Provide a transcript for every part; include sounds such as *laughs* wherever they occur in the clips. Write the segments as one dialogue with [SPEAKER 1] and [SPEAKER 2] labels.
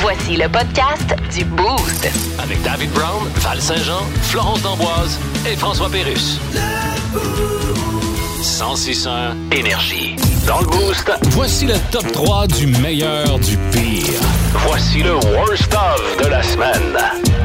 [SPEAKER 1] Voici le podcast du Boost.
[SPEAKER 2] Avec David Brown, Val Saint-Jean, Florence D'Amboise et François Pérus. 1061 Énergie. Dans le Boost, voici le top 3 du meilleur du pire. Voici le worst of de la semaine.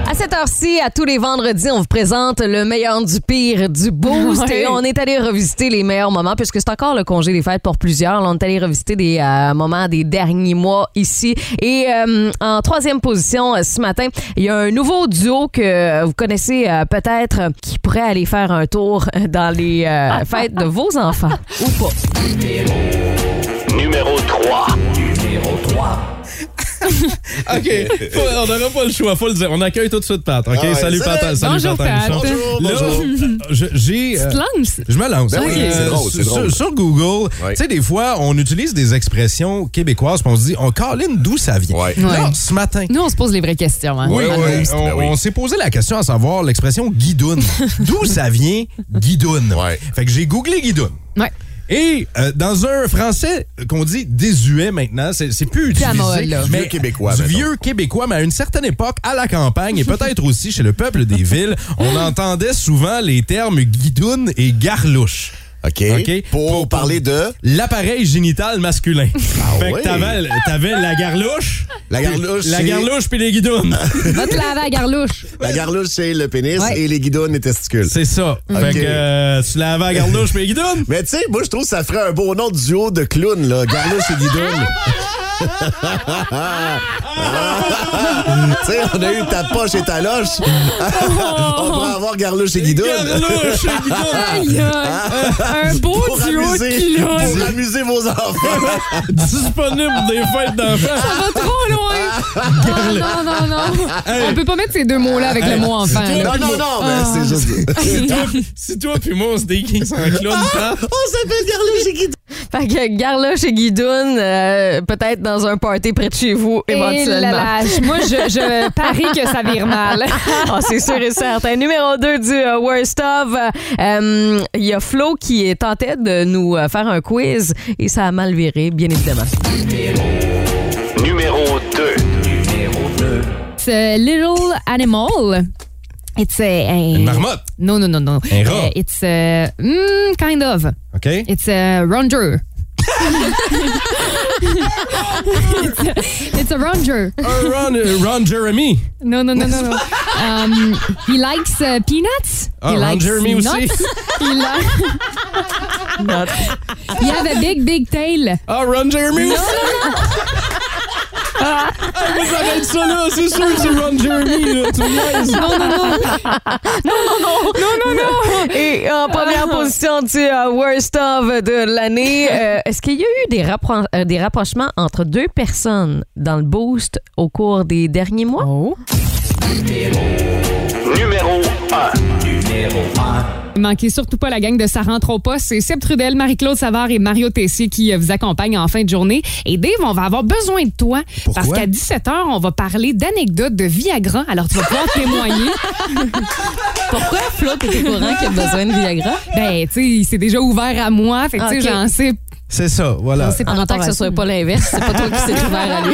[SPEAKER 3] À cette heure-ci, à tous les vendredis, on vous présente le meilleur du pire du boost.
[SPEAKER 4] Ouais.
[SPEAKER 3] Et on est allé revisiter les meilleurs moments, puisque c'est encore le congé des fêtes pour plusieurs. Là, on est allé revisiter des euh, moments des derniers mois ici. Et euh, en troisième position, euh, ce matin, il y a un nouveau duo que euh, vous connaissez euh, peut-être euh, qui pourrait aller faire un tour dans les euh, fêtes de vos enfants. Ou pas.
[SPEAKER 2] Numéro 3.
[SPEAKER 5] OK. Faut- on n'aura pas le choix. Faut le dire. On accueille tout de suite Pat. OK?
[SPEAKER 6] Ah ouais.
[SPEAKER 5] Salut, Pat.
[SPEAKER 6] Salut.
[SPEAKER 5] Salut,
[SPEAKER 4] Bonjour,
[SPEAKER 5] Pat.
[SPEAKER 4] Pat.
[SPEAKER 6] Bonjour,
[SPEAKER 5] Là,
[SPEAKER 6] bonjour.
[SPEAKER 5] je- j'ai. euh,
[SPEAKER 4] Tu te lances?
[SPEAKER 5] je me lance. Euh,
[SPEAKER 6] Ben oui, c'est drôle, c'est
[SPEAKER 5] sur-
[SPEAKER 6] drôle.
[SPEAKER 5] Sur Google,
[SPEAKER 6] Ouais.
[SPEAKER 5] tu sais, des fois, on utilise des expressions québécoises, puis on se dit, on colline d'où ça vient.
[SPEAKER 6] Ouais.
[SPEAKER 5] Là,
[SPEAKER 4] Ouais.
[SPEAKER 5] ce matin,
[SPEAKER 4] Nous, on se pose les vraies questions. Hein?
[SPEAKER 5] oui,
[SPEAKER 6] Ouais,
[SPEAKER 5] oui,
[SPEAKER 6] ouais.
[SPEAKER 5] On,
[SPEAKER 6] Ben oui.
[SPEAKER 4] *laughs*
[SPEAKER 5] on s'est posé la question à savoir l'expression guidoune. D'où ça vient, guidoune?
[SPEAKER 6] Ouais.
[SPEAKER 5] Fait que j'ai googlé guidoune.
[SPEAKER 4] Ouais.
[SPEAKER 5] Et euh, dans un français qu'on dit désuet maintenant, c'est c'est plus
[SPEAKER 4] Plus à
[SPEAKER 5] utilisé.
[SPEAKER 4] mode, là.
[SPEAKER 6] Vieux québécois,
[SPEAKER 5] Du
[SPEAKER 6] mettons.
[SPEAKER 5] vieux québécois, mais à une certaine époque, à la campagne et peut-être aussi chez le peuple des villes, on entendait souvent les termes guidoune et garlouche.
[SPEAKER 6] OK.
[SPEAKER 5] OK.
[SPEAKER 6] Pour,
[SPEAKER 5] Pour-
[SPEAKER 6] parler de Ah
[SPEAKER 5] L'appareil génital masculin. fait
[SPEAKER 6] ouais.
[SPEAKER 5] que t'avais, t'avais la garlouche.
[SPEAKER 6] La garlouche,
[SPEAKER 5] La
[SPEAKER 6] c'est-
[SPEAKER 5] garlouche puis les guidounes.
[SPEAKER 4] Va te laver à
[SPEAKER 5] *laughs*
[SPEAKER 4] garlouche.
[SPEAKER 6] *laughs* la garlouche, c'est le pénis
[SPEAKER 4] Ouais.
[SPEAKER 6] et les guidons les testicules.
[SPEAKER 5] C'est ça. Fait
[SPEAKER 6] Ok.
[SPEAKER 5] que euh, tu l'avais à garlouche puis les guidounes.
[SPEAKER 6] *laughs* Mais tu sais, moi, je trouve que ça ferait un beau nom de duo de clowns, là. Garlouche et *laughs* Guidoune. tu sais, on a eu ta poche et ta loche. *laughs* on pourrait avoir Garlouche et Guidoune.
[SPEAKER 5] Garlouche et
[SPEAKER 6] *laughs*
[SPEAKER 5] guidounes.
[SPEAKER 4] Aïe, aïe. Un beau
[SPEAKER 6] Pour
[SPEAKER 4] duo
[SPEAKER 6] amuser,
[SPEAKER 4] de clowns.
[SPEAKER 6] pour amuser vos enfants.
[SPEAKER 5] *laughs* Disponible des fêtes d'enfants.
[SPEAKER 4] Ça va trop loin.
[SPEAKER 5] *laughs*
[SPEAKER 4] Oh, non, non, non. On peut pas mettre ces deux mots-là avec le mot enfant. là.
[SPEAKER 6] non, non, non, mais
[SPEAKER 4] Ah.
[SPEAKER 5] *laughs*
[SPEAKER 6] c'est juste...
[SPEAKER 5] Si toi- si toi puis moi on se déguise en clown, Pat,
[SPEAKER 6] on s'appelle Garlouche et Guidoune.
[SPEAKER 3] Fait que garde-la chez Guidoune, euh, peut-être dans un party près de chez vous,
[SPEAKER 4] Eh
[SPEAKER 3] éventuellement.
[SPEAKER 4] là là, je- moi, je, je parie que ça vire mal.
[SPEAKER 3] *laughs* Ah, c'est sûr et certain. Numéro 2 du euh, Worst of. euh, euh, Il y a Flo qui tentait de nous euh, faire un quiz et ça a mal viré, bien évidemment.
[SPEAKER 2] Numéro 2.
[SPEAKER 4] It's a Euh, little animal. It's a...
[SPEAKER 5] une marmotte.
[SPEAKER 4] Non, non, non, non.
[SPEAKER 5] Un rat.
[SPEAKER 4] Euh, It's a... hmm, kind of.
[SPEAKER 5] OK?
[SPEAKER 4] It's a ranger. *laughs* it's, a, it's a ranger.
[SPEAKER 5] Un Ron, euh, Ron Jeremy.
[SPEAKER 4] *laughs* No, no, no, no,
[SPEAKER 5] *laughs*
[SPEAKER 4] no. Um, he likes uh, peanuts.
[SPEAKER 5] Ah,
[SPEAKER 4] he
[SPEAKER 5] Ron
[SPEAKER 4] likes
[SPEAKER 5] Jeremy
[SPEAKER 4] nuts.
[SPEAKER 5] aussi. *laughs*
[SPEAKER 4] He, li- *laughs* he have a big, big tail.
[SPEAKER 5] Ah, Ron Jeremy aussi. Ah, mais arrête ça là, c'est sûr que c'est Ron Jeremy. Là. Tu me niaises.
[SPEAKER 4] Non, non, non.
[SPEAKER 3] Et en première
[SPEAKER 5] Ah.
[SPEAKER 3] position du euh, Worst of de l'année, euh, est-ce qu'il y a eu des, rappro- euh, des rapprochements entre deux personnes dans le boost au cours des derniers mois?
[SPEAKER 5] Oh.
[SPEAKER 2] Numéro 1.
[SPEAKER 4] Manquez surtout pas la gang de Ça rentre au poste. C'est Seb Trudel, Marie-Claude Savard et Mario Tessier qui euh, vous accompagnent en fin de journée. Et Dave, on va avoir besoin de toi.
[SPEAKER 5] Pourquoi?
[SPEAKER 4] Parce qu'à 17h, on va parler d'anecdotes de Viagra. Alors, tu vas pouvoir témoigner.
[SPEAKER 3] *laughs* Pourquoi Flo, t'es au courant qu'il a besoin de Viagra? Ah,
[SPEAKER 4] Ben, tu sais, il s'est déjà ouvert à moi. Fait que, tu sais,
[SPEAKER 3] Ok. Ah.
[SPEAKER 4] j'en sais.
[SPEAKER 5] C'est ça, voilà.
[SPEAKER 4] j'en sais par
[SPEAKER 3] En
[SPEAKER 4] rapport
[SPEAKER 3] autant que
[SPEAKER 4] à ça.
[SPEAKER 3] ce soit pas l'inverse, c'est pas toi qui s'est ouvert
[SPEAKER 4] *laughs*
[SPEAKER 3] à lui.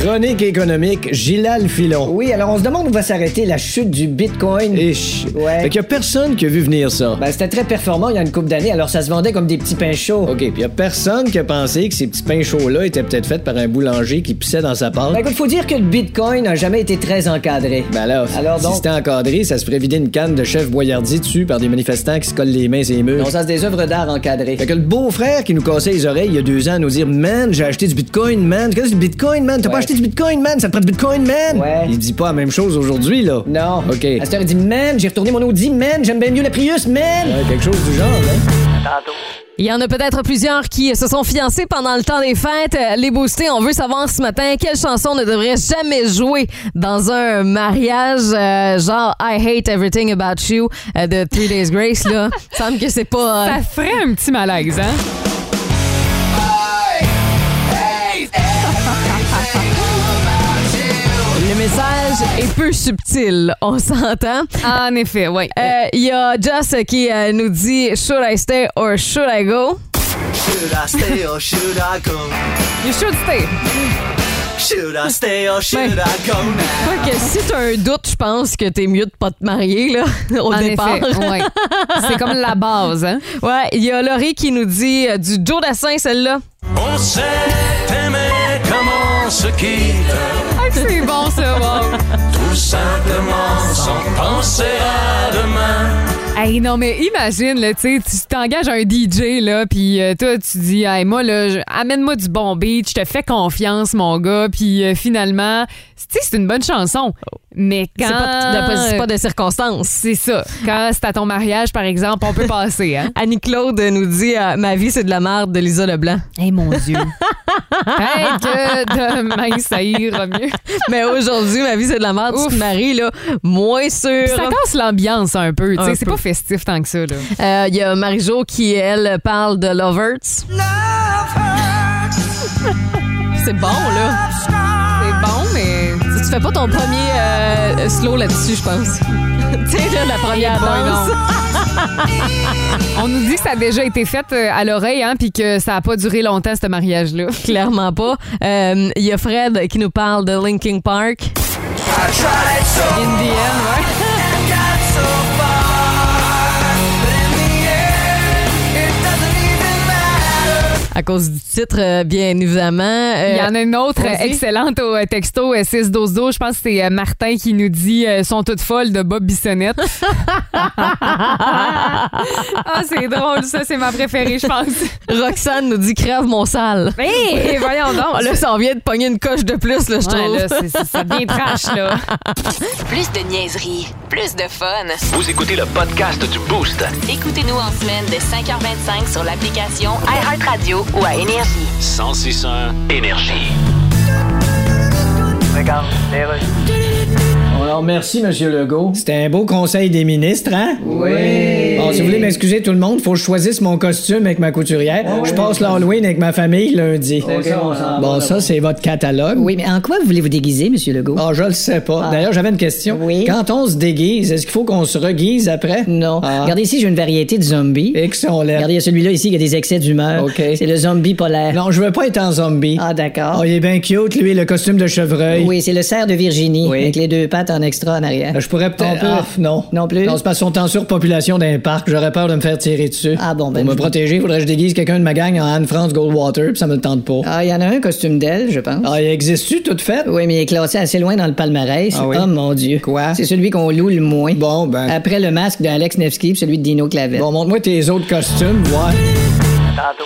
[SPEAKER 7] Chronique économique, Gilal Filon.
[SPEAKER 8] Oui, alors on se demande où va s'arrêter la chute du Bitcoin.
[SPEAKER 7] Ish.
[SPEAKER 8] Ouais.
[SPEAKER 7] Fait qu'il y a personne qui a vu venir ça.
[SPEAKER 8] Ben, c'était très performant il y a une couple d'années, alors ça se vendait comme des petits pains chauds.
[SPEAKER 7] OK, puis il y a personne qui a pensé que ces petits pains chauds-là étaient peut-être faits par un boulanger qui pissait dans sa pâte.
[SPEAKER 8] Ben écoute, faut dire que le Bitcoin n'a jamais été très encadré.
[SPEAKER 7] Ben là,
[SPEAKER 8] Alors
[SPEAKER 7] si
[SPEAKER 8] donc-
[SPEAKER 7] c'était encadré, ça se ferait vider une canne de chef boyardier dessus par des manifestants qui se collent les mains et les murs.
[SPEAKER 8] Non, ça c'est des œuvres d'art encadrées.
[SPEAKER 7] Fait que le beau-frère qui nous cassait les oreilles il y a deux ans à nous dire Man, j'ai acheté du bitcoin, man. Tu connais du bitcoin, man? T'as pas
[SPEAKER 8] Ouais.
[SPEAKER 7] acheté du bitcoin, man? Ça te prend du bitcoin, man?
[SPEAKER 8] Ouais.
[SPEAKER 7] Il dit pas la même chose aujourd'hui, là.
[SPEAKER 8] Non.
[SPEAKER 7] OK.
[SPEAKER 8] À cette heure, il dit Man, j'ai retourné mon Audi, man, j'aime bien mieux la Prius, man!
[SPEAKER 7] Ouais, quelque chose du genre, là.
[SPEAKER 3] Il y en a peut-être plusieurs qui se sont fiancés pendant le temps des fêtes. Euh, Les boostés, on veut savoir ce matin quelle chanson ne devrait jamais jouer dans un mariage, euh, genre I Hate Everything About
[SPEAKER 4] *laughs*
[SPEAKER 3] You euh, de Three Days Grace. Là, semble que c'est pas. euh,
[SPEAKER 4] Ça ferait un petit malaise, hein?
[SPEAKER 3] Le message est peu subtil, on s'entend.
[SPEAKER 4] En effet, oui.
[SPEAKER 3] Euh, Il y a Just qui euh, nous dit Should I stay or should I go?
[SPEAKER 9] Should I stay or should I go?
[SPEAKER 4] You should stay.
[SPEAKER 9] Should I stay
[SPEAKER 4] *laughs*
[SPEAKER 9] or should I go now?
[SPEAKER 3] Fait que si t'as un doute, je pense que t'es mieux de pas te marier là, *laughs* au
[SPEAKER 4] en
[SPEAKER 3] départ.
[SPEAKER 4] effet,
[SPEAKER 3] *laughs*
[SPEAKER 4] ouais. C'est comme la base, hein?
[SPEAKER 3] Ouais, il y a Laurie qui nous dit euh, du Joe Dassin, celle-là.
[SPEAKER 2] On sait aimer comme on se quitte,
[SPEAKER 4] Ah, c'est bon, ça, wow.
[SPEAKER 2] tout simplement sans penser à demain.
[SPEAKER 4] Hey, non, mais imagine, là, tu sais, tu t'engages un DJ, là, puis euh, toi, tu dis, hey, moi, là, je- amène-moi du bon beat, je te fais confiance, mon gars, puis euh, finalement, tu sais, c'est une bonne chanson. Mais quand.
[SPEAKER 3] C'est pas, c'est pas de circonstances.
[SPEAKER 4] C'est ça. Quand c'est à ton mariage, par exemple, on peut passer, hein?
[SPEAKER 3] *laughs* Annie-Claude nous dit euh, Ma vie, c'est de la merde de Lisa Leblanc.
[SPEAKER 4] Hey, Eh, mon
[SPEAKER 3] *laughs*
[SPEAKER 4] Dieu. Peut-être que demain, ça ira mieux.
[SPEAKER 3] Mais aujourd'hui, ma vie, c'est de la merde. Tu te
[SPEAKER 4] Ouf.
[SPEAKER 3] maries, là, moins sûr.
[SPEAKER 4] Puis ça casse l'ambiance un peu, tu
[SPEAKER 3] Un
[SPEAKER 4] sais. C'est
[SPEAKER 3] peu.
[SPEAKER 4] pas festif tant que ça, là.
[SPEAKER 3] Euh, Il y a Marie-Jo qui, elle, parle de Loverts. C'est bon, là.
[SPEAKER 4] C'est bon, mais.
[SPEAKER 3] Tu fais pas ton premier euh, slow là-dessus, je pense. *laughs* tu sais, là, la première
[SPEAKER 4] Ben
[SPEAKER 3] danse.
[SPEAKER 4] non. On nous dit que ça a déjà été fait euh, à l'oreille, hein, puis que ça a pas duré longtemps, ce mariage-là.
[SPEAKER 3] Clairement pas. Euh, Il y a Fred qui nous parle de Linkin Park.
[SPEAKER 4] In the end, ouais.
[SPEAKER 3] À cause du titre, euh, bien évidemment. Euh,
[SPEAKER 4] Il y en a une autre euh,
[SPEAKER 3] vas-y.
[SPEAKER 4] excellente au euh, texto 6 12 12 Je pense que c'est euh, Martin qui nous dit euh, sont toutes folles de
[SPEAKER 10] *laughs*
[SPEAKER 4] Bob Bissonnette.
[SPEAKER 3] Euh,
[SPEAKER 4] ah,
[SPEAKER 3] *laughs*
[SPEAKER 4] c'est drôle, ça, c'est ma préférée, je pense.
[SPEAKER 3] Roxane nous dit crève mon sale.
[SPEAKER 4] Hey, voyons donc.
[SPEAKER 3] Ah, Là, ça en vient de pogner une coche de plus, là, je
[SPEAKER 4] Ouais,
[SPEAKER 3] trouve.
[SPEAKER 4] là, c'est- c'est- ça devient trash, là.
[SPEAKER 1] Plus de niaiserie, plus de fun.
[SPEAKER 2] Vous écoutez le podcast du Boost.
[SPEAKER 1] Écoutez-nous en semaine de 5h25 sur l'application iHeartRadio ou à Énergie.
[SPEAKER 2] 1061 Énergie.
[SPEAKER 7] Alors, merci, Monsieur Legault.
[SPEAKER 8] C'était un beau conseil des ministres, hein? Oui. Bon, si vous voulez m'excuser tout le monde, faut que je choisisse mon costume avec ma couturière. je passe l'Halloween avec ma famille lundi. bon, ça, c'est votre catalogue.
[SPEAKER 11] Oui, mais en quoi voulez-vous déguiser, Monsieur Legault?
[SPEAKER 8] Ah, je le sais pas. D'ailleurs, j'avais une question.
[SPEAKER 11] Oui.
[SPEAKER 8] Quand on se déguise, est-ce qu'il faut qu'on se reguise après?
[SPEAKER 11] Non.
[SPEAKER 8] Ah.
[SPEAKER 11] Regardez ici, j'ai une variété de zombies.
[SPEAKER 8] Et que sont là.
[SPEAKER 11] Regardez, il y a celui-là ici qui a des excès d'humeur.
[SPEAKER 8] OK.
[SPEAKER 11] C'est le zombie polaire.
[SPEAKER 8] Non, je veux pas être en zombie.
[SPEAKER 11] Ah, d'accord.
[SPEAKER 8] Oh, il est bien cute, lui, le costume de chevreuil.
[SPEAKER 11] Oui, c'est le cerf de Virginie,
[SPEAKER 8] Oui.
[SPEAKER 11] avec les deux pattes en extra en arrière.
[SPEAKER 8] Euh, Je pourrais peut-être.
[SPEAKER 11] Non
[SPEAKER 8] Ah,
[SPEAKER 11] plus.
[SPEAKER 8] non.
[SPEAKER 11] Non plus.
[SPEAKER 8] Non, c'est parce qu'on est en surpopulation d'un parc. J'aurais peur de me faire tirer dessus.
[SPEAKER 11] Ah, bon, ben,
[SPEAKER 8] Pour me
[SPEAKER 11] je-
[SPEAKER 8] protéger, faudrait que je déguise quelqu'un de ma gang en Anne-France Goldwater, puis ça me le tente pas.
[SPEAKER 11] Ah, il y en a un costume d'elle, je pense.
[SPEAKER 8] Ah, il existe-tu, toute faite?
[SPEAKER 11] Oui, mais il est classé assez loin dans le palmarès.
[SPEAKER 8] Ah oui?
[SPEAKER 11] Oh mon Dieu.
[SPEAKER 8] Quoi?
[SPEAKER 11] C'est celui qu'on loue le moins.
[SPEAKER 8] Bon, ben.
[SPEAKER 11] Après le masque d'Alex Nevsky et celui de Dino Clavel.
[SPEAKER 8] Bon, montre-moi tes autres costumes, ouais.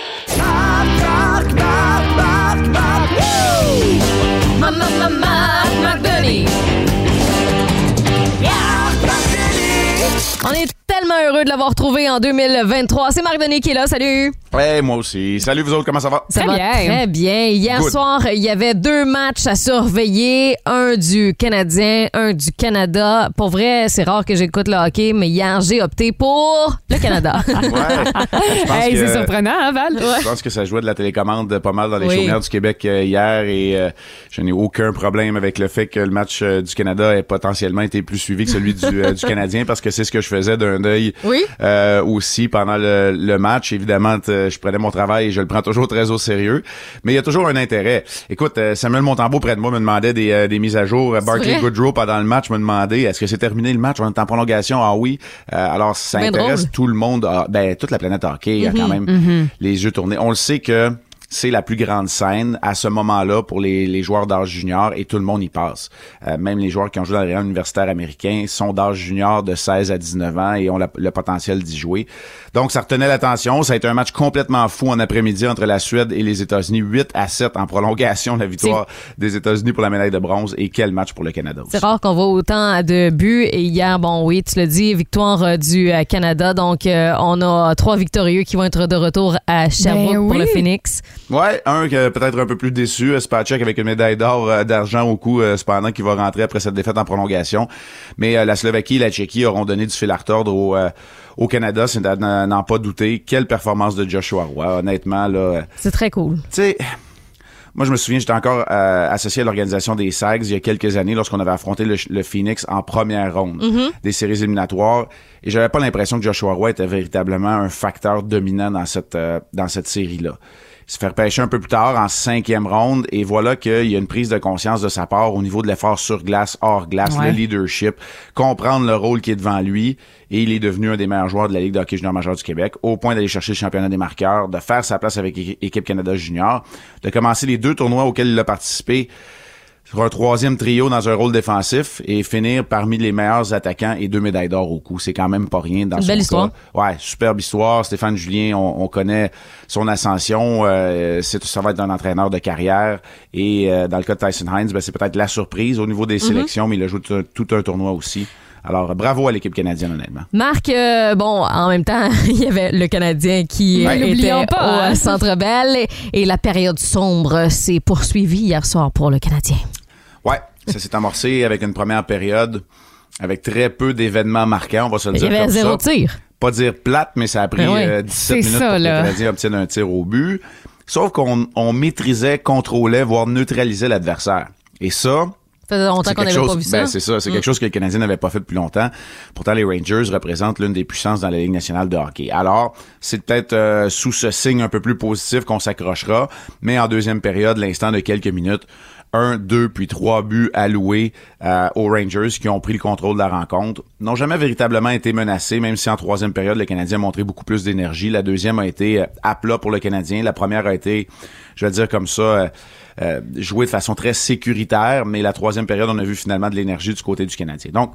[SPEAKER 3] On est tellement heureux de l'avoir trouvé en 2023. C'est Marc Denis qui est là. Salut!
[SPEAKER 10] Ouais, moi aussi. Salut, vous autres, comment ça va?
[SPEAKER 3] Ça
[SPEAKER 4] Très
[SPEAKER 3] va
[SPEAKER 4] bien.
[SPEAKER 3] très bien. Hier
[SPEAKER 10] Good.
[SPEAKER 3] soir, il y avait deux matchs à surveiller, un du Canadien, un du Canada. Pour vrai, c'est rare que j'écoute le hockey, mais hier, j'ai opté pour le *laughs* Canada.
[SPEAKER 10] Ouais. Je pense
[SPEAKER 4] Hey,
[SPEAKER 10] que-
[SPEAKER 4] c'est surprenant, hein, Val?
[SPEAKER 10] Je pense que ça jouait de la télécommande pas mal dans les
[SPEAKER 3] Oui.
[SPEAKER 10] chaumières du Québec euh, hier et euh, je n'ai aucun problème avec le fait que le match euh, du Canada ait potentiellement été plus suivi que celui du, euh, du Canadien parce que c'est ce que je faisais d'un œil
[SPEAKER 3] Oui.
[SPEAKER 10] euh, aussi pendant le, le match. Évidemment, t- euh, je prenais mon travail et je le prends toujours très au sérieux, mais il y a toujours un intérêt. Écoute, euh, Samuel Montembeau près de moi me demandait des, euh, des mises à jour. Barkley
[SPEAKER 3] vrai?
[SPEAKER 10] Goodrow pendant le match me demandait est-ce que c'est terminé le match? On est en prolongation? Ah oui. Euh, alors, ça
[SPEAKER 3] Bien
[SPEAKER 10] intéresse
[SPEAKER 3] Ben, drôle. Mhm,
[SPEAKER 10] tout le monde, a- ben, toute la planète hockey a quand même les yeux tournés. On le sait que c'est la plus grande scène à ce moment-là pour les, les joueurs d'âge junior et tout le monde y passe. Euh, même les joueurs qui ont joué dans les rangs universitaires américains sont d'âge junior de 16 à 19 ans et ont la- le potentiel d'y jouer. Donc, ça retenait l'attention. Ça a été un match complètement fou en après-midi entre la Suède et les États-Unis. 8 à 7 en prolongation, la victoire des États-Unis pour la médaille de bronze. Et quel match pour le Canada aussi.
[SPEAKER 3] C'est rare qu'on voit autant de buts. Et hier, bon, oui, tu le dis, victoire euh, du euh, Canada. Donc, euh, on a trois victorieux qui vont être de retour à Sherbrooke
[SPEAKER 4] Ben
[SPEAKER 3] pour le
[SPEAKER 4] oui.
[SPEAKER 3] Phoenix.
[SPEAKER 10] Ouais, un que peut-être un peu plus déçu, euh, Spacek avec une médaille d'or euh, d'argent au cou euh, cependant qui va rentrer après cette défaite en prolongation. Mais euh, la Slovaquie et la Tchéquie auront donné du fil à retordre au, euh, au Canada, c'est à n'en n'en pas douter. Quelle performance de Joshua Roy, honnêtement là. euh,
[SPEAKER 3] C'est très cool.
[SPEAKER 10] Tu sais, Moi, je me souviens, j'étais encore euh, associé à l'organisation des SAGs il y a quelques années lorsqu'on avait affronté le, le Phoenix en première ronde
[SPEAKER 12] Mhm.
[SPEAKER 10] des séries éliminatoires. Et j'avais pas l'impression que Joshua Roy était véritablement un facteur dominant dans cette, euh, dans cette série-là. Il se fait repêcher un peu plus tard en cinquième ronde et voilà qu'il y a une prise de conscience de sa part au niveau de l'effort sur glace, hors glace,
[SPEAKER 13] Ouais.
[SPEAKER 10] le leadership, comprendre le rôle qui est devant lui et il est devenu un des meilleurs joueurs de la Ligue de hockey junior majeur du Québec au point d'aller chercher le championnat des marqueurs, de faire sa place avec équi- équipe Canada junior, de commencer les deux tournois auxquels il a participé sur un troisième trio dans un rôle défensif et finir parmi les meilleurs attaquants et deux médailles d'or au coup. C'est quand même pas rien dans
[SPEAKER 3] Une
[SPEAKER 10] son
[SPEAKER 3] belle
[SPEAKER 10] cas.
[SPEAKER 3] histoire.
[SPEAKER 10] Ouais, superbe histoire. Stéphane Julien, on, on connaît son ascension. Euh, c'est, ça va être un entraîneur de carrière. Et euh, dans le cas de Tyson Hines, ben, c'est peut-être la surprise au niveau des
[SPEAKER 3] Mhm.
[SPEAKER 10] sélections, mais il a joué tout un, tout un tournoi aussi. Alors, bravo à l'équipe canadienne, honnêtement.
[SPEAKER 3] Marc, euh, bon, en même temps, *laughs* il y avait le Canadien qui
[SPEAKER 10] Ouais.
[SPEAKER 3] euh,
[SPEAKER 10] Ben, N'oublions
[SPEAKER 3] était
[SPEAKER 10] pas,
[SPEAKER 3] au
[SPEAKER 10] hein.
[SPEAKER 3] euh, Centre Bell et, et la période sombre s'est poursuivie hier soir pour le Canadien.
[SPEAKER 10] Ouais, ça s'est amorcé avec une première période avec très peu d'événements marquants, on va se le
[SPEAKER 3] Il y
[SPEAKER 10] dire.
[SPEAKER 3] avait
[SPEAKER 10] comme
[SPEAKER 3] zéro
[SPEAKER 10] ça.
[SPEAKER 3] tir.
[SPEAKER 10] Pas dire plate, mais ça a pris
[SPEAKER 3] Ben oui,
[SPEAKER 10] euh, 17 minutes
[SPEAKER 3] c'est
[SPEAKER 10] pour
[SPEAKER 3] ça,
[SPEAKER 10] que
[SPEAKER 3] là.
[SPEAKER 10] le Canadien obtienne un tir au but. Sauf qu'on on maîtrisait, contrôlait, voire neutralisait l'adversaire. Et ça,
[SPEAKER 3] Ça faisait longtemps
[SPEAKER 10] c'est
[SPEAKER 3] qu'on
[SPEAKER 10] quelque
[SPEAKER 3] n'avait
[SPEAKER 10] chose-
[SPEAKER 3] pas vu ça.
[SPEAKER 10] ben, c'est ça. C'est
[SPEAKER 3] Mm.
[SPEAKER 10] quelque chose que les Canadiens n'avaient pas fait depuis longtemps. Pourtant, les Rangers représentent l'une des puissances dans la Ligue nationale de hockey. Alors, c'est peut-être euh, sous ce signe un peu plus positif qu'on s'accrochera. Mais en deuxième période, l'instant de quelques minutes, un, deux, puis trois buts alloués euh, aux Rangers qui ont pris le contrôle de la rencontre. N'ont jamais véritablement été menacés, même si en troisième période, le Canadien a montré beaucoup plus d'énergie. La deuxième a été euh, à plat pour le Canadien. La première a été, je vais le dire comme ça, euh, euh, joué de façon très sécuritaire, mais la troisième période, on a vu finalement de l'énergie du côté du Canadien. Donc,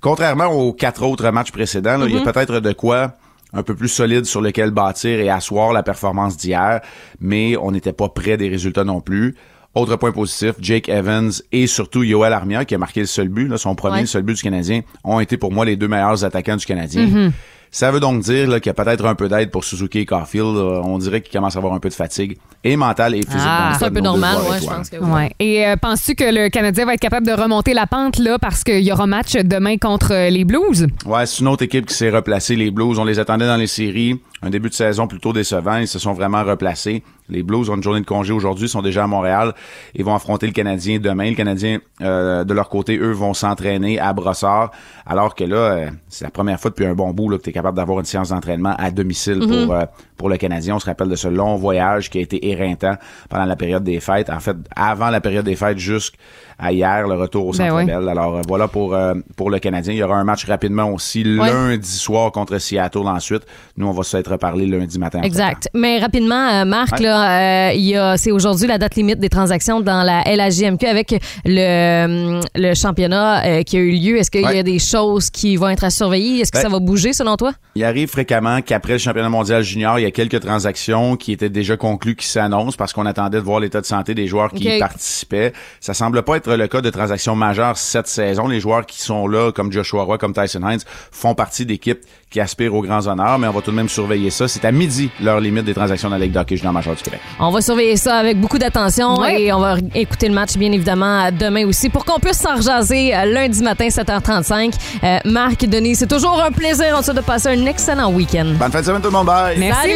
[SPEAKER 10] contrairement aux quatre autres matchs précédents, là, il y
[SPEAKER 13] Mhm.
[SPEAKER 10] a peut-être de quoi un peu plus solide sur lequel bâtir et asseoir la performance d'hier, mais on n'était pas près des résultats non plus. Autre point positif, Jake Evans et surtout Yoel Armia, qui a marqué le seul but, là, son premier
[SPEAKER 13] Ouais.
[SPEAKER 10] le seul but du Canadien, ont été pour moi les deux meilleurs attaquants du Canadien.
[SPEAKER 4] Mm-hmm.
[SPEAKER 10] Ça veut donc dire là, qu'il y a peut-être un peu d'aide pour Suzuki et Caulfield. Euh, On dirait qu'il commence à avoir un peu de fatigue et mentale et physique. dans le
[SPEAKER 4] Ah, c'est
[SPEAKER 10] cas
[SPEAKER 4] un
[SPEAKER 10] de
[SPEAKER 4] peu
[SPEAKER 10] nos deux
[SPEAKER 4] normal,
[SPEAKER 10] joueurs
[SPEAKER 4] ouais,
[SPEAKER 10] étoiles.
[SPEAKER 4] Ouais. Et euh, penses-tu que le Canadien va être capable de remonter la pente là parce qu'il y aura match demain contre euh, les Blues?
[SPEAKER 10] Ouais, c'est une autre équipe qui s'est replacée, les Blues. On les attendait dans les séries. Un début de saison plutôt décevant. Ils se sont vraiment replacés. Les Blues ont une journée de congé aujourd'hui, sont déjà à Montréal et vont affronter le Canadien demain. Le Canadien, euh, de leur côté, eux, vont s'entraîner à Brossard. Alors que là, euh, c'est la première fois depuis un bon bout là, que tu es capable d'avoir une séance d'entraînement à domicile
[SPEAKER 13] Mhm.
[SPEAKER 10] pour, euh, pour le Canadien. On se rappelle de ce long voyage qui a été éreintant pendant la période des fêtes. En fait, avant la période des fêtes jusqu'à hier, le retour au
[SPEAKER 13] Ben
[SPEAKER 10] Centre
[SPEAKER 13] ouais.
[SPEAKER 10] Bell. Alors euh, voilà pour, euh, pour le Canadien. Il y aura un match rapidement aussi
[SPEAKER 3] Ouais.
[SPEAKER 10] lundi soir contre Seattle ensuite. Nous, on va s'être parlé lundi matin.
[SPEAKER 3] Exact. Mais rapidement, euh, Marc,
[SPEAKER 10] hein. Ouais.
[SPEAKER 3] là, euh, il y a- c'est aujourd'hui la date limite des transactions dans la LAJMQ avec le, hum, le championnat euh, qui a eu lieu. Est-ce qu'il y a
[SPEAKER 10] Ouais.
[SPEAKER 3] des choses qui vont être à surveiller? Est-ce que
[SPEAKER 10] Ben-
[SPEAKER 3] ça va bouger selon toi?
[SPEAKER 10] Il arrive fréquemment qu'après le championnat mondial junior, il y a quelques transactions qui étaient déjà conclues qui s'annoncent parce qu'on attendait de voir l'état de santé des joueurs qui
[SPEAKER 13] Ok.
[SPEAKER 10] y participaient. Ça semble pas être le cas de transactions majeures cette saison. Les joueurs qui sont là, comme Joshua Roy, comme Tyson Hines, font partie d'équipes qui aspirent aux grands honneurs, mais on va tout de même surveiller ça. C'est à midi leur limite des transactions dans la Ligue d'hockey junior majeur du Québec.
[SPEAKER 3] On va surveiller ça avec beaucoup d'attention
[SPEAKER 4] Ouais.
[SPEAKER 3] et on va écouter le match, bien évidemment, demain aussi pour qu'on puisse s'en rejaser euh, lundi matin, 7h35. Euh, Marc, Denis, c'est toujours un plaisir en de passer un excellent week-end.
[SPEAKER 10] Bonne fin de semaine tout le monde. Bye.
[SPEAKER 3] Salut,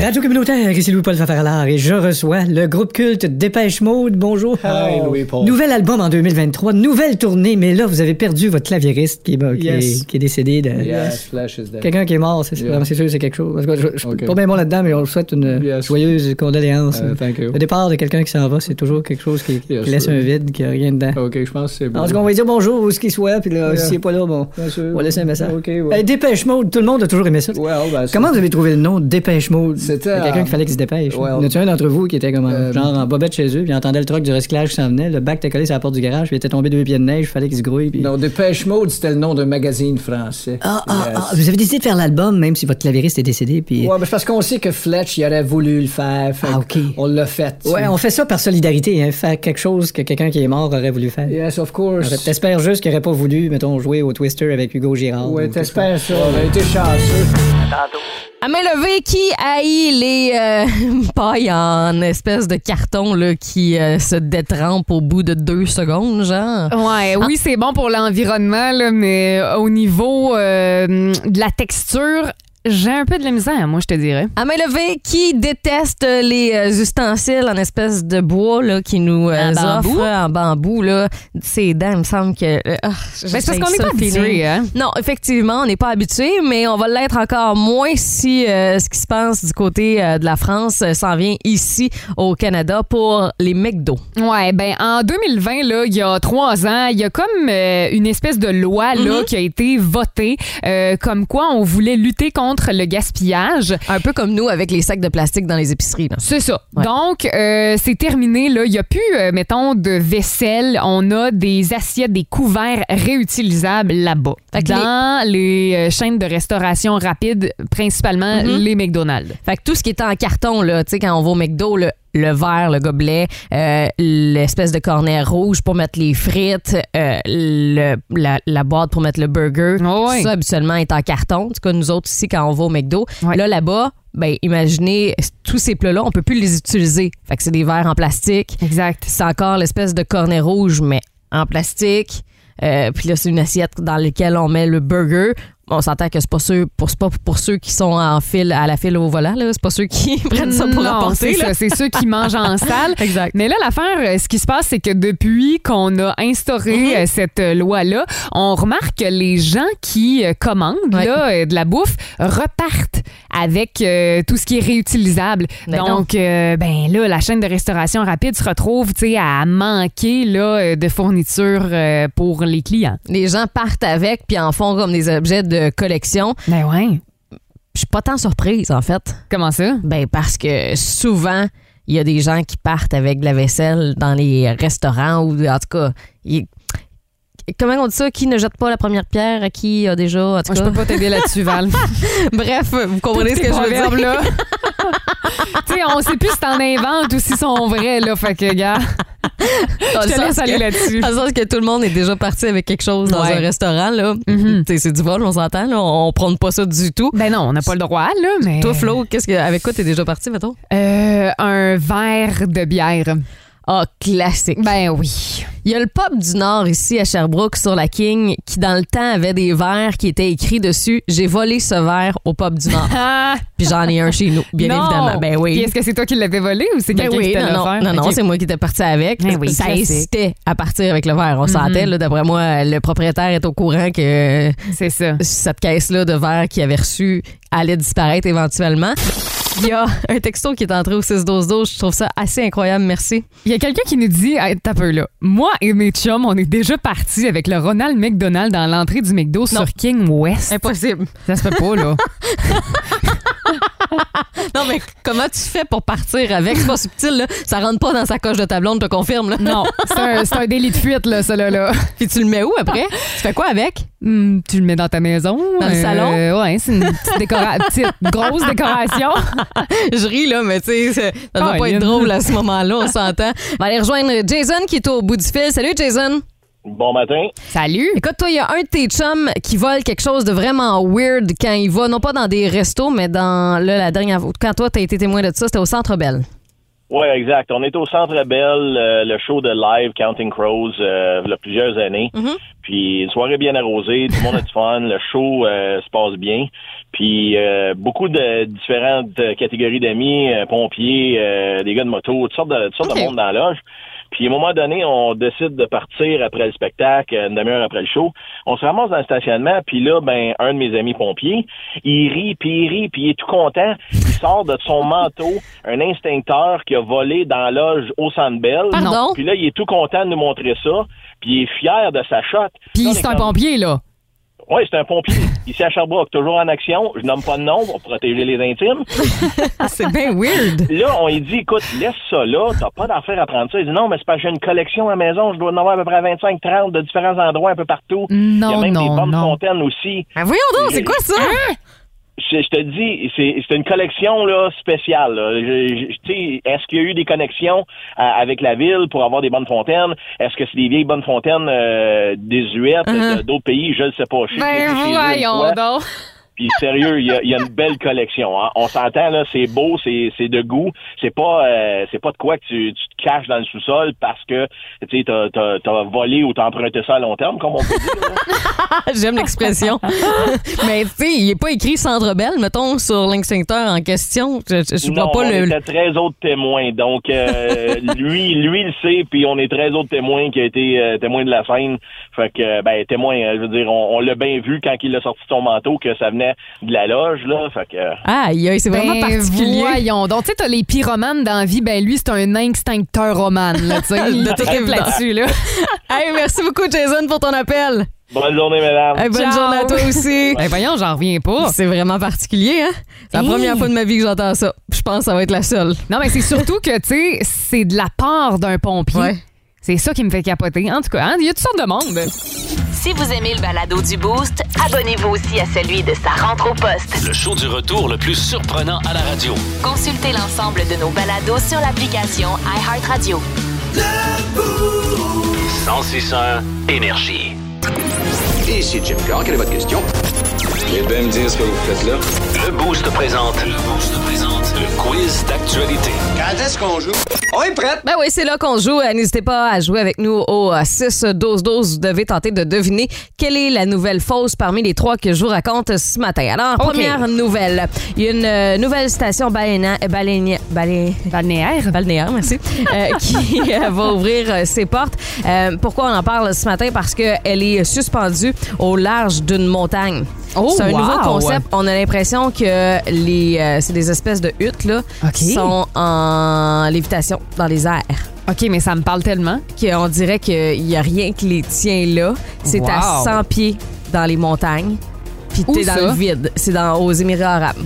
[SPEAKER 8] Radio communautaire, ici Louis-Paul Fafaralard et je reçois le groupe culte Dépêche Mode. Bonjour.
[SPEAKER 14] Hi, Louis-Paul.
[SPEAKER 8] Nouvel album en 2023, nouvelle tournée, mais là, vous avez perdu votre claviériste qui est, bah, qui est-
[SPEAKER 14] Yes.
[SPEAKER 8] qui est décédé. De...
[SPEAKER 14] Yes, Flash is dead.
[SPEAKER 8] Quelqu'un qui est mort, c'est
[SPEAKER 14] Yeah.
[SPEAKER 8] c'est sûr, c'est quelque chose. En tout cas, je- je suis
[SPEAKER 14] Ok.
[SPEAKER 8] pas bien bon là-dedans, mais on le souhaite une joyeuse condoléance.
[SPEAKER 14] Euh, thank you.
[SPEAKER 8] Le départ de quelqu'un qui s'en va, c'est toujours quelque chose qui, qui
[SPEAKER 14] Yes,
[SPEAKER 8] laisse
[SPEAKER 14] sir.
[SPEAKER 8] un vide, qui a rien dedans.
[SPEAKER 14] OK, je pense que c'est bon.
[SPEAKER 8] En tout cas, on va lui dire bonjour où ce qu'il soit, puis là,
[SPEAKER 14] Yeah.
[SPEAKER 8] s'il n'est pas là, bon, on va laisser un message.
[SPEAKER 14] OK, ouais. ben,
[SPEAKER 8] Hey, Euh, Dépêche Mode, tout le monde a toujours aimé ça. Comment vous avez trouvé le nom Dépêche Mode? C'était quelqu'un
[SPEAKER 14] euh,
[SPEAKER 8] qui fallait qu'il se dépêche.
[SPEAKER 14] ouais, Euh,
[SPEAKER 8] y en a-tu un d'entre vous qui était comme en- genre en bobette chez eux, puis il entendait le truc du recyclage qui s'en venait, le bac était collé sur la porte du garage, puis il était tombé deux pieds de neige, fallait qu'il se grouille. Puis...
[SPEAKER 14] Non, Dépêche Mode, c'était le nom d'un magazine français.
[SPEAKER 8] Ah, ah,
[SPEAKER 14] Yes.
[SPEAKER 8] ah, vous avez décidé de faire l'album même si votre clavieriste est décédé, puis.
[SPEAKER 14] Ouais, mais c'est parce qu'on sait que Fletch, il aurait voulu le faire. fait que On l'a fait.
[SPEAKER 8] Ah, Ouais, on fait ça par solidarité, hein, faire quelque chose que quelqu'un qui est mort aurait voulu faire.
[SPEAKER 14] Yes, of course.
[SPEAKER 8] T'espères juste qu'il aurait pas voulu, mettons, jouer au Twister avec Hugo Girard.
[SPEAKER 14] Ouais,
[SPEAKER 8] ou quelque
[SPEAKER 14] t'espères
[SPEAKER 8] chose.
[SPEAKER 14] ça. On a été chanceux.
[SPEAKER 9] tantôt.
[SPEAKER 3] À main levée, qui haït les euh, *laughs* pailles en espèce de carton là, qui euh, se détrempe au bout de deux secondes, genre?
[SPEAKER 4] Ouais, oui, c'est bon pour l'environnement, là, mais au niveau euh, de la texture, j'ai un peu de la misère, moi, je te dirais.
[SPEAKER 3] À main levée, qui déteste les euh, ustensiles en espèce de bois là, qui nous euh,
[SPEAKER 4] En bambou?
[SPEAKER 3] offrent en bambou? Là. Ses dents, il me semble que. euh, ah,
[SPEAKER 4] Ben, c'est parce
[SPEAKER 3] j'ai
[SPEAKER 4] qu'on est
[SPEAKER 3] ça
[SPEAKER 4] pas
[SPEAKER 3] fini.
[SPEAKER 4] habitué, hein?
[SPEAKER 3] Non, effectivement, on n'est pas habitué, mais on va l'être encore moins si euh, ce qui se passe du côté euh, de la France euh, s'en vient ici au Canada pour les McDo.
[SPEAKER 4] Ouais, ben en 2020, là, il y a trois ans, il y a comme euh, une espèce de loi
[SPEAKER 3] Mhm.
[SPEAKER 4] là, qui a été votée, euh, comme quoi on voulait lutter contre le gaspillage.
[SPEAKER 3] Un peu comme nous avec les sacs de plastique dans les épiceries.
[SPEAKER 4] C'est ça. Donc, euh, c'est terminé. Là. Il n'y a plus, euh, mettons, de vaisselle. On a des assiettes, des couverts réutilisables là-bas. Dans les... euh, chaînes de restauration rapide, principalement
[SPEAKER 3] Mhm.
[SPEAKER 4] les McDonald's.
[SPEAKER 3] Fait que tout ce qui est en carton, là, tu sais, quand on va au McDo, le, le verre, le gobelet, euh, l'espèce de cornet rouge pour mettre les frites, euh, le- la, la boîte pour mettre le burger, ça, habituellement, est en carton. En tout cas, nous autres, ici, quand on va au McDo, là, là-bas, ben, imaginez, tous ces plats-là, on peut plus les utiliser. Fait que c'est des verres en plastique.
[SPEAKER 4] Exact.
[SPEAKER 3] C'est encore l'espèce de cornet rouge, mais en plastique. Euh, puis là, c'est une assiette dans laquelle on met le burger. On s'entend que c'est pas sûr pour, c'est pas pour ceux qui sont en file, à la file au volant, là. C'est pas ceux qui *laughs* prennent ça pour
[SPEAKER 4] Non,
[SPEAKER 3] apporter.
[SPEAKER 4] c'est
[SPEAKER 3] là.
[SPEAKER 4] ça, c'est ceux qui mangent
[SPEAKER 3] *laughs*
[SPEAKER 4] en salle.
[SPEAKER 3] Exact.
[SPEAKER 4] Mais là, l'affaire, euh, ce qui se passe, c'est que depuis qu'on a instauré
[SPEAKER 3] Mhm.
[SPEAKER 4] euh, cette euh, loi-là, on remarque que les gens qui euh, commandent là, euh, de la bouffe repartent avec euh, tout ce qui est réutilisable.
[SPEAKER 3] Mais
[SPEAKER 4] Donc, euh, ben là, la chaîne de restauration rapide se retrouve tu sais, à manquer là, euh, de fournitures euh, pour les clients.
[SPEAKER 3] Les gens partent avec puis en font comme des objets de collection.
[SPEAKER 4] Ben ouais.
[SPEAKER 3] Je suis pas tant surprise, en fait.
[SPEAKER 4] Comment ça?
[SPEAKER 3] Ben parce que souvent, il y a des gens qui partent avec de la vaisselle dans les restaurants ou en tout cas... il- Comment on dit ça? Qui ne jette pas la première pierre à qui a déjà... En tout
[SPEAKER 4] Je
[SPEAKER 3] cas.
[SPEAKER 4] peux pas t'aider
[SPEAKER 3] *laughs*
[SPEAKER 4] là-dessus, Val.
[SPEAKER 3] Bref, vous comprenez ce
[SPEAKER 4] Tous
[SPEAKER 3] que
[SPEAKER 4] tes
[SPEAKER 3] je veux
[SPEAKER 4] proverbes,
[SPEAKER 3] dire.
[SPEAKER 4] là. tu sais, on sait plus si t'en inventes ou si sont vrais, là. Fait que, gars,
[SPEAKER 3] Dans
[SPEAKER 4] je
[SPEAKER 3] le
[SPEAKER 4] te
[SPEAKER 3] sens
[SPEAKER 4] laisse aller
[SPEAKER 3] que-
[SPEAKER 4] là-dessus.
[SPEAKER 3] *laughs* Dans le sens que tout le monde est déjà parti avec quelque chose dans
[SPEAKER 4] Ouais. Mhm.
[SPEAKER 3] un restaurant, là. T'sais, C'est du vol, on s'entend, là. On, on prône pas ça du tout.
[SPEAKER 4] Ben non, on n'a pas le droit, là, mais.
[SPEAKER 3] Toi, Flo, qu'est-ce que, avec quoi t'es déjà parti, mettons?
[SPEAKER 4] Euh, un verre de bière.
[SPEAKER 3] Ah, classique.
[SPEAKER 4] Ben oui.
[SPEAKER 3] Il y a le pub du Nord ici à Sherbrooke sur la King qui dans le temps avait des verres qui étaient écrits dessus j'ai volé ce verre au pub du
[SPEAKER 4] *laughs*
[SPEAKER 3] Nord. Puis j'en ai un chez nous, bien
[SPEAKER 4] Non.
[SPEAKER 3] évidemment. Ben oui.
[SPEAKER 4] Puis est-ce que c'est toi qui l'avais volé ou c'est
[SPEAKER 3] Ben
[SPEAKER 4] quelqu'un
[SPEAKER 3] oui,
[SPEAKER 4] qui te l'a
[SPEAKER 3] non, non,
[SPEAKER 4] offert?
[SPEAKER 3] non, non,
[SPEAKER 4] Ok.
[SPEAKER 3] c'est moi qui étais parti avec.
[SPEAKER 4] Ben oui,
[SPEAKER 3] ça
[SPEAKER 4] classique. Mhm.
[SPEAKER 3] hésitait à partir avec le verre. On sentait, là, d'après moi, le propriétaire est au courant que
[SPEAKER 4] c'est ça.
[SPEAKER 3] cette caisse-là de verre qu'il avait reçue allait disparaître éventuellement. Il y a *laughs* un texto qui est entré au 6-12-12. Je trouve ça assez incroyable. Merci.
[SPEAKER 4] Il y a quelqu'un qui nous dit, hey, t'as peu là. Moi et mes chums, on est déjà partis avec le Ronald McDonald dans l'entrée du McDo sur King West.
[SPEAKER 3] Impossible.
[SPEAKER 4] Ça se peut pas,
[SPEAKER 3] *laughs*
[SPEAKER 4] là.
[SPEAKER 3] Non, mais comment tu fais pour partir avec? C'est pas subtil, là. Ça rentre pas dans sa coche de ta blonde, je te confirme, là.
[SPEAKER 4] Non, c'est un, c'est un délit de fuite, là, celui là.
[SPEAKER 3] Puis tu le mets où après? Tu fais quoi avec?
[SPEAKER 4] Hmm, tu le mets dans ta maison. euh,
[SPEAKER 3] Dans le salon?
[SPEAKER 4] Ouais, c'est une petite, décora- petite grosse
[SPEAKER 3] *laughs*
[SPEAKER 4] décoration.
[SPEAKER 3] Je ris, là, mais tu sais, ça ça doit
[SPEAKER 4] Ah,
[SPEAKER 3] pas
[SPEAKER 4] Lynn.
[SPEAKER 3] être drôle à ce moment-là, on s'entend. On va aller rejoindre Jason qui est au bout du fil. Salut, Jason.
[SPEAKER 12] Bon matin.
[SPEAKER 4] Salut.
[SPEAKER 3] Écoute, toi, il y a un de tes chums qui vole quelque chose de vraiment weird quand il va, non pas dans des restos, mais dans, là, la dernière fois, quand toi, t'as été témoin de ça, c'était au Centre Belle.
[SPEAKER 12] Oui, exact. On était au Centre Bell, euh, le show de live Counting Crows, euh, il y a plusieurs années. Puis une soirée bien arrosée, tout le monde a du fun, le show euh, se passe bien. Puis euh, beaucoup de différentes euh, catégories d'amis, euh, pompiers, euh, des gars de moto, toutes sortes de, toutes sortes de
[SPEAKER 13] Ok.
[SPEAKER 12] monde dans la loge. Puis à un moment donné, on décide de partir après le spectacle, une demi-heure après le show. On se ramasse dans le stationnement, puis là, ben, un de mes amis pompiers, il rit, puis il rit, puis il est tout content. Il sort de son manteau un instincteur qui a volé dans la loge au Sandbell.
[SPEAKER 4] Pardon?
[SPEAKER 12] Puis là, il est tout content de nous montrer ça, puis il est fier de sa shot.
[SPEAKER 4] Puis
[SPEAKER 12] Là, on est
[SPEAKER 4] c'est un
[SPEAKER 12] comme-
[SPEAKER 4] pompier, là.
[SPEAKER 12] oui, c'est un pompier. Ici à Sherbrooke, toujours en action. Je nomme pas de nom pour protéger les intimes.
[SPEAKER 3] *laughs* c'est bien weird.
[SPEAKER 12] Là, on lui dit, écoute, laisse ça là. T'as pas d'affaire à prendre ça. Il dit, non, mais c'est parce que j'ai une collection à la maison. Je dois en avoir à peu près 25, 30 de différents endroits un peu partout.
[SPEAKER 4] Non,
[SPEAKER 12] Il y a même
[SPEAKER 4] non,
[SPEAKER 12] des pommes
[SPEAKER 4] non.
[SPEAKER 12] fontaines aussi.
[SPEAKER 3] Ah, voyons donc, c'est quoi ça?
[SPEAKER 12] Je, je te dis, c'est c'est une collection là, spéciale. là. Je- je- tu sais, Est-ce qu'il y a eu des connexions à- avec la ville pour avoir des bonnes fontaines? Est-ce que c'est des vieilles bonnes fontaines euh, désuètes
[SPEAKER 4] Uh-huh.
[SPEAKER 12] de- d'autres pays? Je ne sais pas. Je sais que
[SPEAKER 4] Ben
[SPEAKER 12] c'est chez eux une
[SPEAKER 4] voyons
[SPEAKER 12] fois.
[SPEAKER 4] donc.
[SPEAKER 12] Puis Puis sérieux, il y a, il y a une belle collection. hein. On s'entend là, c'est beau, c'est c'est de goût. C'est pas euh, c'est pas de quoi que tu, tu te caches dans le sous-sol parce que tu sais t'as t'as- t'as volé ou t'as emprunté ça à long terme, comme on
[SPEAKER 3] *laughs*
[SPEAKER 12] peut dire.
[SPEAKER 3] *laughs* J'aime l'expression. *laughs* Mais tu sais, il n'est pas écrit Sandre Belle, mettons, sur l'instincteur en question. Je, je, je vois
[SPEAKER 12] Non,
[SPEAKER 3] pas
[SPEAKER 12] on
[SPEAKER 3] le.
[SPEAKER 12] était 13 autres témoins. Donc,
[SPEAKER 3] *laughs*
[SPEAKER 12] euh, lui, lui le sait, puis on est 13 autres témoins qui a été euh, témoins de la scène. Fait que, ben, témoin, euh, je veux dire, on, on l'a bien vu quand il a sorti de son manteau que ça venait de la loge, là. Fait que... euh,
[SPEAKER 3] Aïe, aïe, c'est vraiment
[SPEAKER 4] Ben,
[SPEAKER 3] particulier.
[SPEAKER 4] Voyons donc, tu sais, t'as les pyromanes dans la vie, ben lui, c'est un instincteur romane, là, tu sais. Il
[SPEAKER 3] *laughs* De toute
[SPEAKER 4] tripe
[SPEAKER 3] évidence.
[SPEAKER 4] là-dessus, là.
[SPEAKER 3] *laughs* Hey, merci beaucoup, Jason, pour ton appel.
[SPEAKER 12] Bonne journée, mesdames.
[SPEAKER 3] Hey, bonne
[SPEAKER 4] Ciao.
[SPEAKER 3] journée à toi *laughs* aussi.
[SPEAKER 4] Ben voyons, j'en reviens pas.
[SPEAKER 3] C'est vraiment particulier, hein? C'est la
[SPEAKER 4] Hey.
[SPEAKER 3] première fois de ma vie que j'entends ça. Je pense que ça va être la seule.
[SPEAKER 4] Non, mais c'est surtout que, tu sais, c'est de la part d'un pompier. C'est ça qui me fait capoter. En tout cas, hein, il y a toutes sortes de monde.
[SPEAKER 1] Si vous aimez le balado du Boost, abonnez-vous aussi à celui de sa rentre au poste.
[SPEAKER 2] Le show du retour le plus surprenant à la radio.
[SPEAKER 1] Consultez l'ensemble de nos balados sur l'application iHeartRadio.
[SPEAKER 2] 1061 Énergie.
[SPEAKER 13] Ici Jim Carr, quelle est votre question? Vous bien me dire ce que vous faites là?
[SPEAKER 2] Le Boost présente. Le Boost présente. Le quiz d'actualité.
[SPEAKER 13] Quand est-ce qu'on joue? On est prête!
[SPEAKER 3] Ben oui, c'est là qu'on joue. Euh, N'hésitez pas à jouer avec nous au euh, 6-12-12. Vous devez tenter de deviner quelle est la nouvelle fausse parmi les trois que je vous raconte ce matin. Alors,
[SPEAKER 4] Ok.
[SPEAKER 3] première nouvelle. Il y a une euh, nouvelle station balnéa- euh, balnéa- balé-
[SPEAKER 4] balnéaire.
[SPEAKER 3] merci. euh,
[SPEAKER 4] *laughs*
[SPEAKER 3] qui euh, va ouvrir euh, ses portes. Euh, pourquoi on en parle ce matin? Parce qu'elle est suspendue au large d'une montagne.
[SPEAKER 4] Oh,
[SPEAKER 3] c'est un
[SPEAKER 4] wow.
[SPEAKER 3] nouveau concept. On a l'impression que les, euh, c'est des espèces de huttes là, qui sont en lévitation dans les airs.
[SPEAKER 4] OK, mais ça me parle tellement.
[SPEAKER 3] Qu'on dirait qu'il n'y a rien que les tiens là. C'est à
[SPEAKER 4] Wow.
[SPEAKER 3] 100 pieds dans les montagnes. Puis
[SPEAKER 4] Où
[SPEAKER 3] t'es dans
[SPEAKER 4] ça?
[SPEAKER 3] le vide. C'est dans aux Émirats arabes.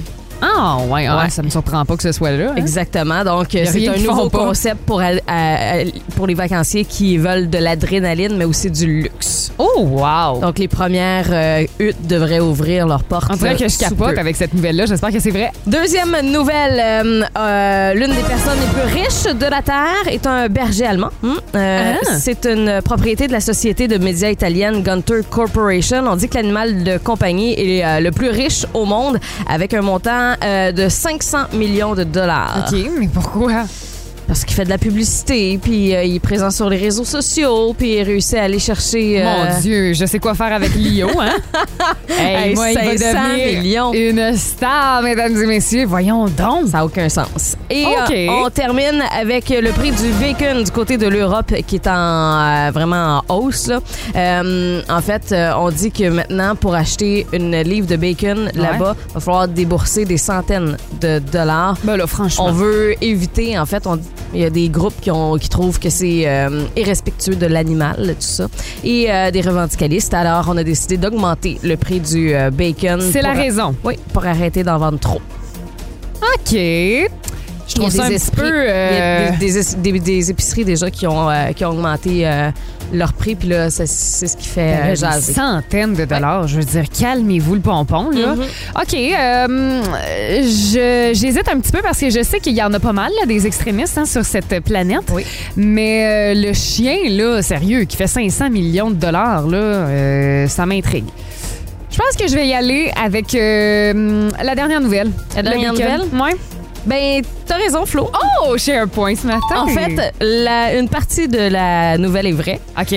[SPEAKER 4] Ah, ouais, ouais,
[SPEAKER 3] Ouais.
[SPEAKER 4] ça me surprend pas que ce soit là. hein.
[SPEAKER 3] Exactement. Donc,
[SPEAKER 4] Y a
[SPEAKER 3] c'est
[SPEAKER 4] rien
[SPEAKER 3] un
[SPEAKER 4] qu'ils
[SPEAKER 3] nouveau
[SPEAKER 4] font pas.
[SPEAKER 3] concept pour, al- à- à- pour les vacanciers qui veulent de l'adrénaline, mais aussi du luxe.
[SPEAKER 4] Oh, wow!
[SPEAKER 3] Donc, les premières euh, huttes devraient ouvrir leurs portes.
[SPEAKER 4] On dirait
[SPEAKER 3] euh,
[SPEAKER 4] que je
[SPEAKER 3] sous
[SPEAKER 4] capote
[SPEAKER 3] peu.
[SPEAKER 4] avec cette nouvelle-là. J'espère que c'est vrai.
[SPEAKER 3] Deuxième nouvelle, euh, euh, l'une des personnes les plus riches de la Terre est un berger allemand. Hum, euh,
[SPEAKER 4] Ah.
[SPEAKER 3] C'est une propriété de la société de médias italienne Gunter Corporation. On dit que l'animal de compagnie est euh, le plus riche au monde avec un montant euh, de 500 millions de dollars.
[SPEAKER 4] OK, mais pourquoi?
[SPEAKER 3] Parce qu'il fait de la publicité, puis euh, il est présent sur les réseaux sociaux, puis il réussit à aller chercher... euh,
[SPEAKER 4] Mon
[SPEAKER 3] *laughs*
[SPEAKER 4] Dieu, je sais quoi faire avec Lio, hein? hey,
[SPEAKER 3] Hey,
[SPEAKER 4] moi, il va
[SPEAKER 3] 500
[SPEAKER 4] devenir
[SPEAKER 3] millions.
[SPEAKER 4] une star, mesdames et messieurs. Voyons donc.
[SPEAKER 3] Ça n'a aucun sens. Et
[SPEAKER 4] OK.
[SPEAKER 3] euh, on termine avec le prix du bacon du côté de l'Europe qui est en, euh, vraiment en hausse. là. Euh, en fait, euh, on dit que maintenant, pour acheter une livre de bacon là-bas, il va falloir débourser des centaines de dollars.
[SPEAKER 4] Ben là, franchement.
[SPEAKER 3] On veut éviter, en fait, on- il y a des groupes qui, ont, qui trouvent que c'est euh, irrespectueux de l'animal, tout ça, et euh, des revendicalistes. Alors, on a décidé d'augmenter le prix du euh, bacon.
[SPEAKER 4] C'est la
[SPEAKER 3] pour-
[SPEAKER 4] raison.
[SPEAKER 3] Oui, pour arrêter d'en vendre trop.
[SPEAKER 4] OK. Je trouve
[SPEAKER 3] Il y
[SPEAKER 4] ça
[SPEAKER 3] a
[SPEAKER 4] un
[SPEAKER 3] des
[SPEAKER 4] petit
[SPEAKER 3] esprits-
[SPEAKER 4] peu...
[SPEAKER 3] il y
[SPEAKER 4] euh,
[SPEAKER 3] a des, des- des- des épiceries déjà qui ont, euh, qui ont augmenté euh, leur prix, puis là, c'est c'est ce qui fait euh,
[SPEAKER 4] Des
[SPEAKER 3] jaser.
[SPEAKER 4] centaines de dollars. Je veux dire, calmez-vous le pompon, là. Mhm.
[SPEAKER 3] Mm-hmm.
[SPEAKER 4] OK, euh, je- j'hésite un petit peu parce que je sais qu'il y en a pas mal, là, des extrémistes hein, sur cette planète. Mais euh, le chien, là, sérieux, qui fait 500 millions de dollars, là, euh, ça m'intrigue. Je pense que je vais y aller avec euh, la dernière nouvelle.
[SPEAKER 3] La dernière
[SPEAKER 4] Le bacon. Ouais.
[SPEAKER 3] Ben, t'as raison, Flo.
[SPEAKER 4] Oh, j'ai un point ce matin.
[SPEAKER 3] En fait, la- une partie de la nouvelle est vraie.
[SPEAKER 4] OK.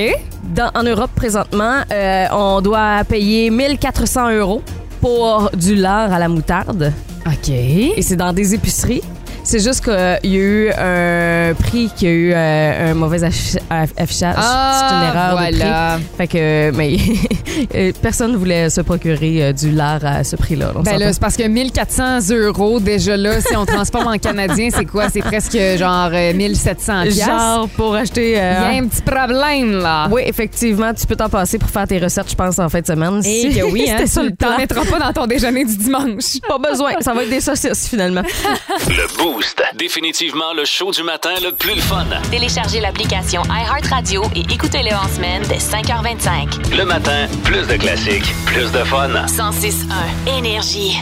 [SPEAKER 3] Dans- en Europe, présentement, euh, on doit payer 1400 euros pour du lard à la moutarde.
[SPEAKER 4] OK.
[SPEAKER 3] Et c'est dans des épiceries. C'est juste qu'il y a eu un prix qui a eu euh, un mauvais affi- aff- affichage. c'est une
[SPEAKER 4] Ah,
[SPEAKER 3] erreur de
[SPEAKER 4] voilà.
[SPEAKER 3] prix. Fait que, *laughs* mais euh, personne ne voulait se procurer euh, du lard à ce prix-là. On
[SPEAKER 4] Ben là, c'est
[SPEAKER 3] s'entend.
[SPEAKER 4] parce que 1400 euros, déjà là, si on transforme en *laughs* canadien, c'est quoi? C'est presque genre euh, 1700 piastres.
[SPEAKER 3] Genre pour acheter.
[SPEAKER 4] Il y
[SPEAKER 3] euh,
[SPEAKER 4] a un petit problème, là.
[SPEAKER 3] Oui, effectivement, tu peux t'en passer pour faire tes recettes, je pense, en fin de semaine.
[SPEAKER 4] Et
[SPEAKER 3] Si-
[SPEAKER 4] que oui, hein,
[SPEAKER 3] *laughs* C'était ça
[SPEAKER 4] tu
[SPEAKER 3] le plan.
[SPEAKER 4] t'en mettras pas dans ton déjeuner du dimanche.
[SPEAKER 3] Pas besoin, ça va être des saucisses finalement.
[SPEAKER 2] Le Boost. Définitivement le show du matin le plus le fun.
[SPEAKER 1] Téléchargez l'application iHeartRadio et écoutez-le en semaine dès 5h25.
[SPEAKER 2] Le matin, plus de classiques, plus de fun.
[SPEAKER 1] 106.1 Énergie.